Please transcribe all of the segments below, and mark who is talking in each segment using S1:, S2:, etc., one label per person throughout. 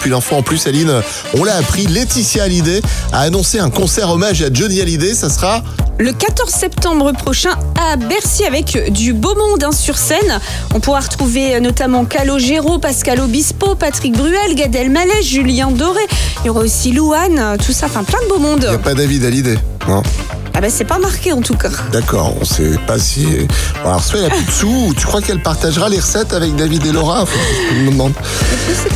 S1: puis l'info en plus, Aline, on l'a appris, Laetitia Hallyday a annoncé un concert hommage à Johnny Hallyday. Ça sera
S2: Le 14 septembre prochain à Bercy avec du beau monde hein, sur scène. On pourra retrouver euh, notamment Calogero, Pascal Obispo, Patrick Bruel, Gad Elmaleh, Julien Doré. Il y aura aussi Louane, euh, tout ça, enfin plein de beau
S1: Il n'y a
S2: monde.
S1: pas David Hallyday. Non,
S2: Ah bah c'est pas marqué en tout cas.
S1: d'accord, on sait pas si. Bon, Alors, soit elle a plus de sous, ou tu crois qu'elle partagera les recettes avec David et Laura Faut- je me demande.
S2: Je sais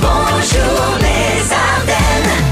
S3: bonjour les Ardennes.